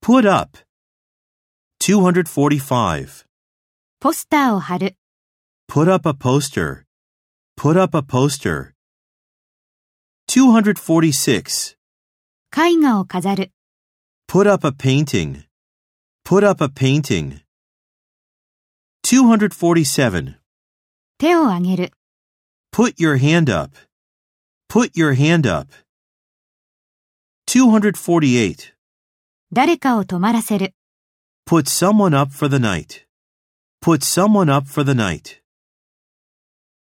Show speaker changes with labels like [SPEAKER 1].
[SPEAKER 1] Put up. 245.
[SPEAKER 2] ポスターを貼る、
[SPEAKER 1] Put up a poster. Put up a poster. 246.
[SPEAKER 2] 絵画を飾る、
[SPEAKER 1] Put up a painting. Put up a painting. 247.
[SPEAKER 2] 手を挙げる、
[SPEAKER 1] Put your hand up. Put your hand up. 248.
[SPEAKER 2] 誰かを泊まらせる。
[SPEAKER 1] Put someone up for the night. Put someone up for the night.